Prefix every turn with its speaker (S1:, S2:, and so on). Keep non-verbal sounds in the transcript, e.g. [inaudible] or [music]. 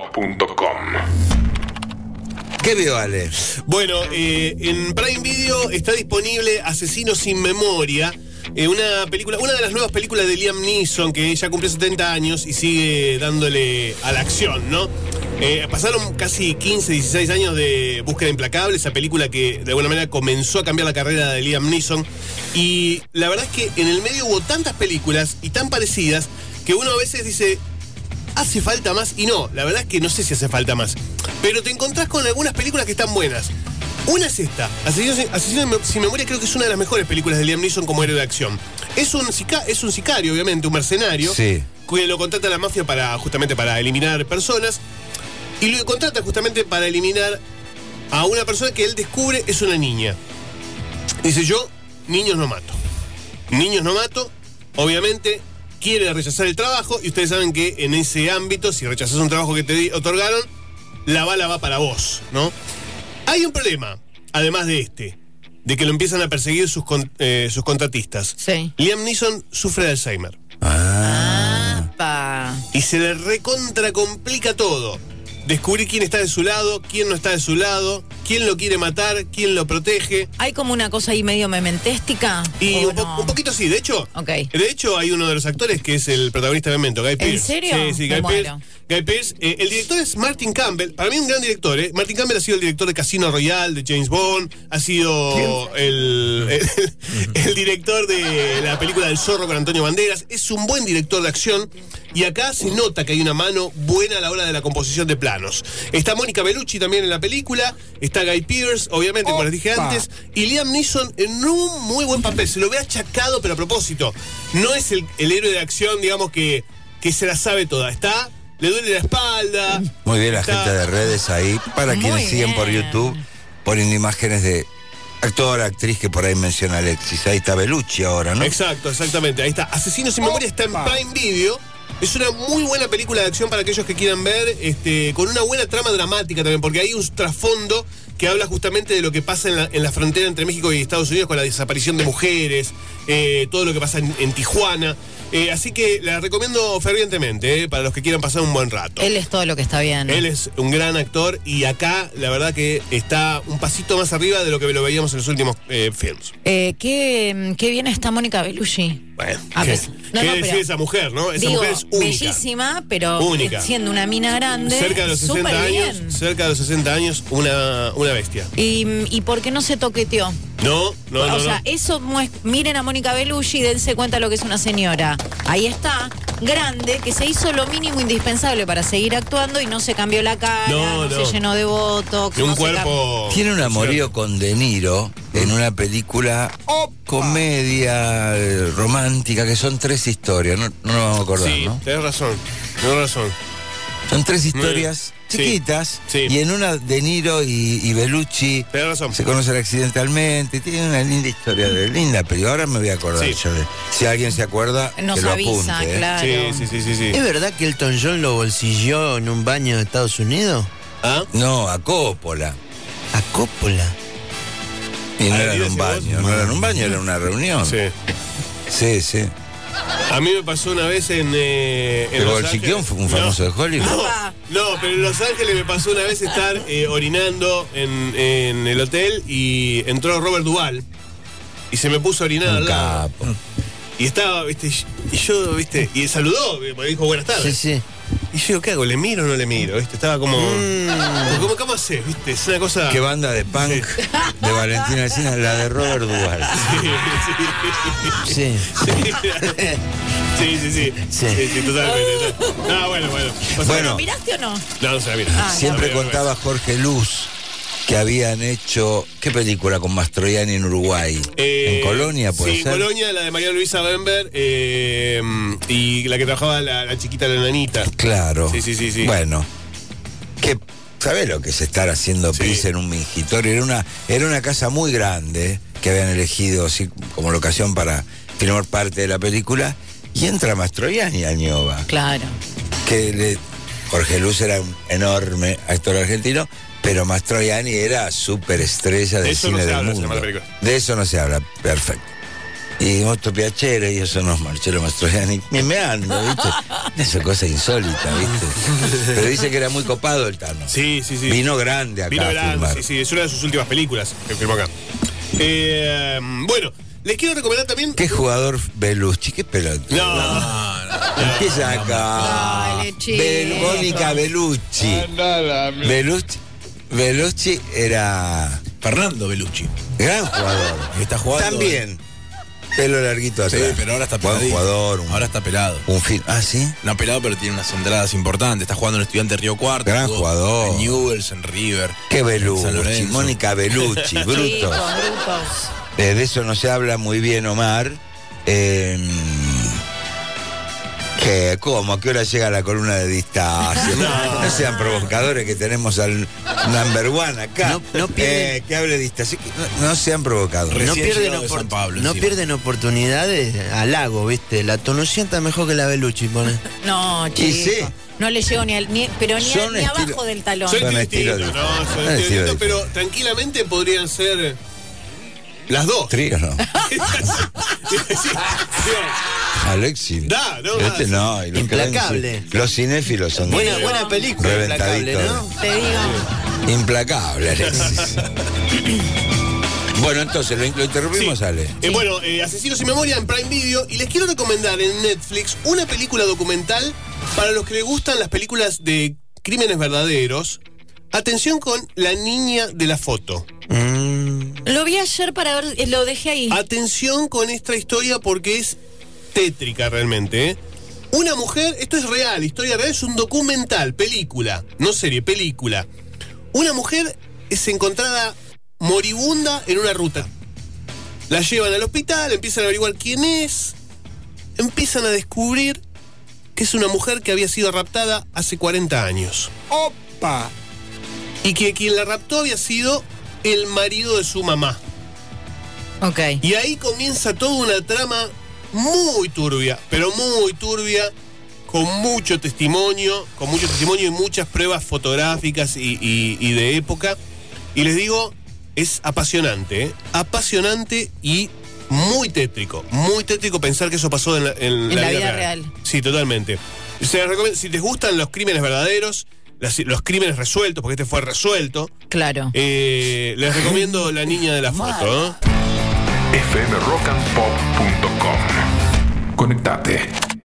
S1: fmrockandpop.com
S2: ¿Qué vio Ale?
S3: Bueno, eh, en Prime Video está disponible Asesino sin Memoria. eh, una película, una de las nuevas películas de Liam Neeson que ya cumplió 70 años y sigue dándole a la acción, ¿no? Eh, pasaron casi 15, 16 años de Búsqueda Implacable, esa película que de alguna manera comenzó a cambiar la carrera de Liam Neeson. Y la verdad es que en el medio hubo tantas películas y tan parecidas que uno a veces dice, hace falta más y no, la verdad es que no sé si hace falta más. Pero te encontrás con algunas películas que están buenas. Una es esta, Asesino sin, Asesino sin Mem- sin Memoria creo que es una de las mejores películas de Liam Neeson como héroe de acción. Es un, sica- es un sicario, obviamente, un mercenario,
S2: Sí.
S3: que lo contrata la mafia para justamente para eliminar personas y lo contrata justamente para eliminar a una persona que él descubre es una niña. Dice yo, niños no mato. Niños no mato, obviamente quiere rechazar el trabajo y ustedes saben que en ese ámbito, si rechazas un trabajo que te di- otorgaron, la bala va para vos, ¿no? Hay un problema, además de este, de que lo empiezan a perseguir sus, con- eh, sus contratistas.
S4: Sí.
S3: Liam Neeson sufre de Alzheimer
S4: Pa.
S3: y se le recontra complica todo. Descubrir quién está de su lado, quién no está de su lado, quién lo quiere matar, quién lo protege.
S4: Hay como una cosa ahí medio mementéstica.
S3: Y
S4: ¿o
S3: un, po-
S4: no?
S3: un poquito sí, de hecho.
S4: Oh, Ok.
S3: De hecho, hay uno de los actores que es el protagonista de Memento, Guy Pearce.
S4: serio?
S3: Sí, sí,
S4: Me
S3: Guy Pearce.
S4: muero.
S3: Guy Pearce. Eh, el director es Martin Campbell. Para mí, un gran director. ¿eh? Martin Campbell ha sido el director de Casino Royale, de James Bond. Ha sido el, el- [laughs] el director de la película del zorro con Antonio Banderas. Es un buen director de acción. Y acá se nota que hay una mano buena a la hora de la composición de planos. Está Mónica Bellucci también en la película. Está Guy Pearce, obviamente, como les dije antes. Y Liam Neeson en un muy buen papel. Se lo ve achacado, pero a propósito. No es el, el héroe de acción, digamos, que, que se la sabe toda. Está, le duele la espalda.
S2: Muy bien la
S3: Está-
S2: gente de redes ahí. Para
S4: Muy
S2: quienes siguen por
S4: bien.
S2: YouTube, ponen imágenes de actor, actriz que por ahí menciona Alexis. Ahí está Belucci ahora, ¿no?
S3: Exacto, exactamente. Ahí está. Asesinos sin memoria está en Prime Video. Es una muy buena película de acción para aquellos que quieran ver, este, con una buena trama dramática también, porque hay un trasfondo que habla justamente de lo que pasa en la, en la frontera entre México y Estados Unidos con la desaparición de mujeres, eh, todo lo que pasa en, en Tijuana. Eh, así que la recomiendo fervientemente eh, para los que quieran pasar un buen rato.
S4: Él es todo lo que está bien.
S3: Él es un gran actor y acá la verdad que está un pasito más arriba de lo que lo veíamos en los últimos eh, films.
S4: Eh, ¿qué, qué bien está Mónica Bellucci.
S3: Bueno,
S4: A
S3: ¿qué,
S4: ver. Ah, pues, No,
S3: qué
S4: no,
S3: decir
S4: pero-
S3: esa mujer, no? Esa
S4: Digo,
S3: mujer es única.
S4: bellísima, pero
S3: Única.
S4: siendo una mina grande.
S3: Cerca de los 60
S4: súper
S3: años,
S4: bien.
S3: cerca de los 60 años, una, una bestia.
S4: ¿Y, ¿Y por qué no se toqueteó?
S3: No, no, no.
S4: o
S3: no.
S4: sea, eso muest- miren a Mónica Bellucci y dense cuenta lo que es una señora. Ahí está, grande, que se hizo lo mínimo indispensable para seguir actuando y no se cambió la cara,
S3: No,
S4: no,
S3: no.
S4: se llenó de botox.
S3: De un
S4: no se cam-
S3: cuerpo.
S2: Tiene un amorío con De Niro en una película comedia eh, romántica, que son tres historias, no, no nos vamos a acordar,
S3: Sí,
S2: ¿no?
S3: tenés razón. Tenés razón.
S2: Son tres historias
S3: Sí.
S2: chiquitas,
S3: Sí.
S2: y en una De Niro y, y Belucci
S3: Tenés razón.
S2: se conocen accidentalmente, tiene una linda historia, de, linda, pero ahora me voy a acordar
S3: Sí.
S2: yo de- Si alguien se acuerda, que
S4: Nos
S2: lo
S4: avisa,
S2: apunte. ¿eh?
S4: claro.
S3: Sí, sí, sí, sí, sí.
S5: ¿Es verdad que Elton John lo bolsilló en un baño de Estados Unidos?
S3: ¿Ah?
S2: No, a Coppola.
S5: A Coppola.
S2: Y no
S3: Ah,
S2: era en
S3: ¿decís
S2: un baño,
S3: vos?
S2: no era en un baño, era una reunión. Sí,
S3: Sí.
S2: sí.
S3: A mí me pasó una vez en. Eh, en
S2: Pero
S3: Los
S2: el
S3: Ángeles.
S2: chiquión fue un
S3: No.
S2: famoso de Hollywood.
S4: Ah.
S3: No, pero en Los Ángeles me pasó una vez estar eh, orinando en, en el hotel y entró Robert Duval y se me puso a orinar
S2: Un
S3: al lado.
S2: capo.
S3: Y estaba, viste, y yo, viste, y saludó, me dijo buenas
S5: Sí,
S3: tardes.
S5: sí.
S3: Y yo digo, ¿qué hago? ¿Le miro o no le miro? ¿Viste? Estaba como.
S2: Mm.
S3: como, ¿Cómo, cómo haces? ¿Viste? Es una cosa. [laughs]
S2: Qué banda de punk de Valentina Alsina, la de Robert Duval.
S5: Sí.
S3: Sí, sí, sí. Sí,
S5: Sí.
S3: sí, totalmente. Ah, bueno, bueno. O sea,
S2: Bueno,
S4: ¿Miraste o no?
S3: No, no se la mira.
S4: Ah,
S2: siempre
S3: No, no, no, no.
S2: contaba Jorge Luz que habían hecho. ¿Qué película con Mastroianni en Uruguay?
S3: Eh,
S2: en Colonia, puede
S3: sí,
S2: ser.
S3: en Colonia, la de María Luisa Bember eh, y la que trabajaba la, la chiquita, la nanita.
S2: Claro.
S3: Sí, sí, sí, sí.
S2: Bueno, que ¿sabés lo que es estar haciendo
S3: Sí.
S2: pis en un mingitorio? Era una, era una casa muy grande que habían elegido así como locación para filmar parte de la película. Y entra Mastroianni a Ñova,
S4: Claro.
S2: que le- Jorge Luz era un enorme actor argentino, pero Mastroianni era superestrella del
S3: De eso no
S2: cine
S3: se
S2: del
S3: habla, se
S2: mundo.
S3: llama la película.
S2: De eso no se habla, perfecto. Y otro Piacere, y eso no es Marcelo Mastroianni, me me ando, ¿viste? Esa cosa insólita, ¿viste? Pero dice que era muy copado el Tano.
S3: Sí, sí, sí.
S2: Vino grande acá.
S3: Vino
S2: a
S3: grande,
S2: filmar.
S3: sí, sí. Es una de sus últimas películas que filmó acá. Eh, bueno, les quiero recomendar también.
S2: Qué jugador Belusti, qué pelota.
S3: No, no,
S2: Empieza acá.
S4: Dale, chico.
S2: Bel- Mónica
S3: Ah,
S2: Belucci. Belucci. Belucci era
S1: Fernando Bellucci.
S2: gran jugador.
S1: Está jugando.
S2: También. Pelo larguito
S1: Sí,
S2: atrás.
S1: pero ahora está
S2: Buen
S1: peladito.
S2: jugador. Un,
S1: Ahora está pelado.
S2: un fin. Ah, sí.
S1: No pelado, pero tiene unas entradas importantes. Está jugando en Estudiante Río Cuarto.
S2: Gran
S1: jugó
S2: jugador.
S1: En Newell's, en River.
S2: Qué
S1: San
S2: Belucci.
S1: Lorenzo.
S2: Mónica Belucci. Bruto.
S4: Chicos, brutos.
S2: Eh, de eso no se habla muy bien, Omar. Eh, ¿Qué? ¿Cómo? ¿A qué hora llega la columna de
S5: [laughs]
S2: distancia? No, sean provocadores que tenemos al number one acá.
S5: No- no pierden-
S2: Eh, que hable distancia. Que- No, no sean provocadores.
S5: No
S1: Recién
S5: pierden,
S1: llegado de
S5: opor-
S1: San Pablo,
S5: no
S1: encima.
S5: pierden oportunidades al lago, ¿viste? La Tonucci está mejor que la Belucci, pone.
S4: No,
S2: Y
S4: chicos.
S2: sí.
S4: No le llego ni al. ni- pero ni, a-
S2: Son
S4: ni abajo
S2: estilo-
S4: del talón.
S2: Son
S3: son
S2: estilos
S3: distintos, no,
S2: diferentes.
S3: son
S2: Son
S3: estilos
S2: estilos
S3: distintos, pero tranquilamente podrían ser las dos.
S2: Trigo, no.
S3: Sí, sí.
S2: [laughs] Alexis.
S3: Da, no,
S2: Este
S3: da.
S2: no. y los que ven-
S5: Implacable.
S2: Los cinéfilos son
S5: Buena, buena película, implacable,
S2: Reventaditos.
S5: ¿no?
S4: Te digo.
S2: implacables.
S5: [laughs]
S2: Alexis. bueno, entonces, ¿lo, lo interrumpimos,
S3: Sí.
S2: Ale?
S3: Eh, bueno, eh, Asesinos sin Memoria en Prime Video y les quiero recomendar en Netflix una película documental para los que les gustan las películas de crímenes verdaderos. Atención con la niña de la foto.
S4: Lo vi ayer para ver. eh, Lo dejé ahí.
S2: Ah.
S3: Atención con esta historia porque es tétrica realmente. ¿eh? Una mujer, esto es real, historia real, es un documental, película, no serie, película. Una mujer es encontrada moribunda en una ruta. La llevan al hospital, empiezan a averiguar quién es, empiezan a descubrir que es una mujer que había sido raptada hace 40 años.
S1: ¡Opa!
S3: Y que quien la raptó había sido el marido de su mamá.
S4: Ok.
S3: Y ahí comienza toda una trama muy turbia, pero muy turbia, con mucho testimonio, con mucho testimonio y muchas pruebas fotográficas y, y- y de época. Y les digo, es apasionante, ¿eh? apasionante y muy tétrico, muy tétrico pensar que eso pasó en la, en la vida, real. Sí, totalmente. Se les recomiendo- si les gustan los crímenes verdaderos, las- los crímenes resueltos, porque este fue resuelto,
S4: Claro.
S3: eh, les recomiendo La Niña de la Foto. ¿eh?
S6: fmrockandpop.com. Conectate.